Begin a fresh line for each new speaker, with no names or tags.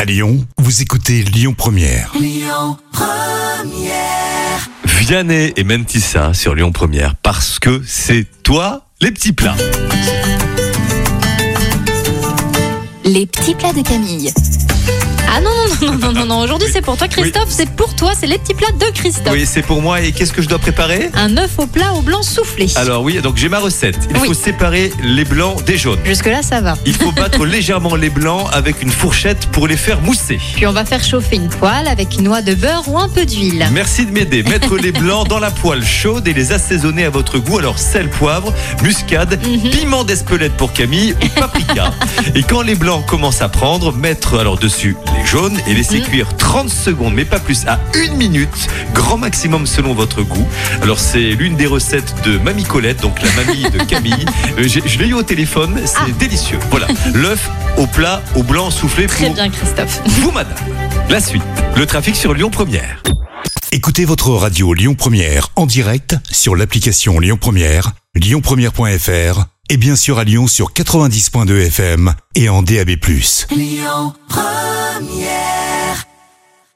À Lyon, vous écoutez Lyon Première.
Vianney et Mentissa sur Lyon Première parce que c'est toi les petits plats.
Les petits plats de Camille. Ah non, non, non, non, non, non, non. aujourd'hui c'est pour toi Christophe, c'est pour toi, c'est les petits plats de Christophe.
Oui, c'est pour moi et qu'est-ce que je dois préparer
Un œuf au plat au blanc soufflé.
Alors oui, donc j'ai ma recette. Il
Oui.
faut séparer les blancs des jaunes.
Jusque-là ça va.
Il faut battre légèrement les blancs avec une fourchette pour les faire mousser.
Puis on va faire chauffer une poêle avec une noix de beurre ou un peu d'huile.
Merci de m'aider. Mettre les blancs dans la poêle chaude et les assaisonner à votre goût. Alors sel, poivre, muscade,
Mhm.
piment d'Espelette pour Camille ou paprika. et quand les blancs commencent à prendre, mettre alors dessus les jaunes et laisser
Mhm.
cuire 30 secondes, mais pas plus, à une minute, grand maximum selon votre goût. Alors c'est l'une des recettes de Mamie Colette, donc la mamie de Camille. Euh, j'ai- Je l'ai eu au téléphone, c'est
Ah.
délicieux. Voilà, l'œuf au plat, au blanc soufflé
Très
pour
bien Christophe.
vous, madame. La suite, le trafic sur Lyon Première.
Écoutez votre radio Lyon Première en direct sur l'application Lyon Première, lyonpremière.fr et bien sûr à Lyon sur 90.2 FM et en DAB+.
Lyon Première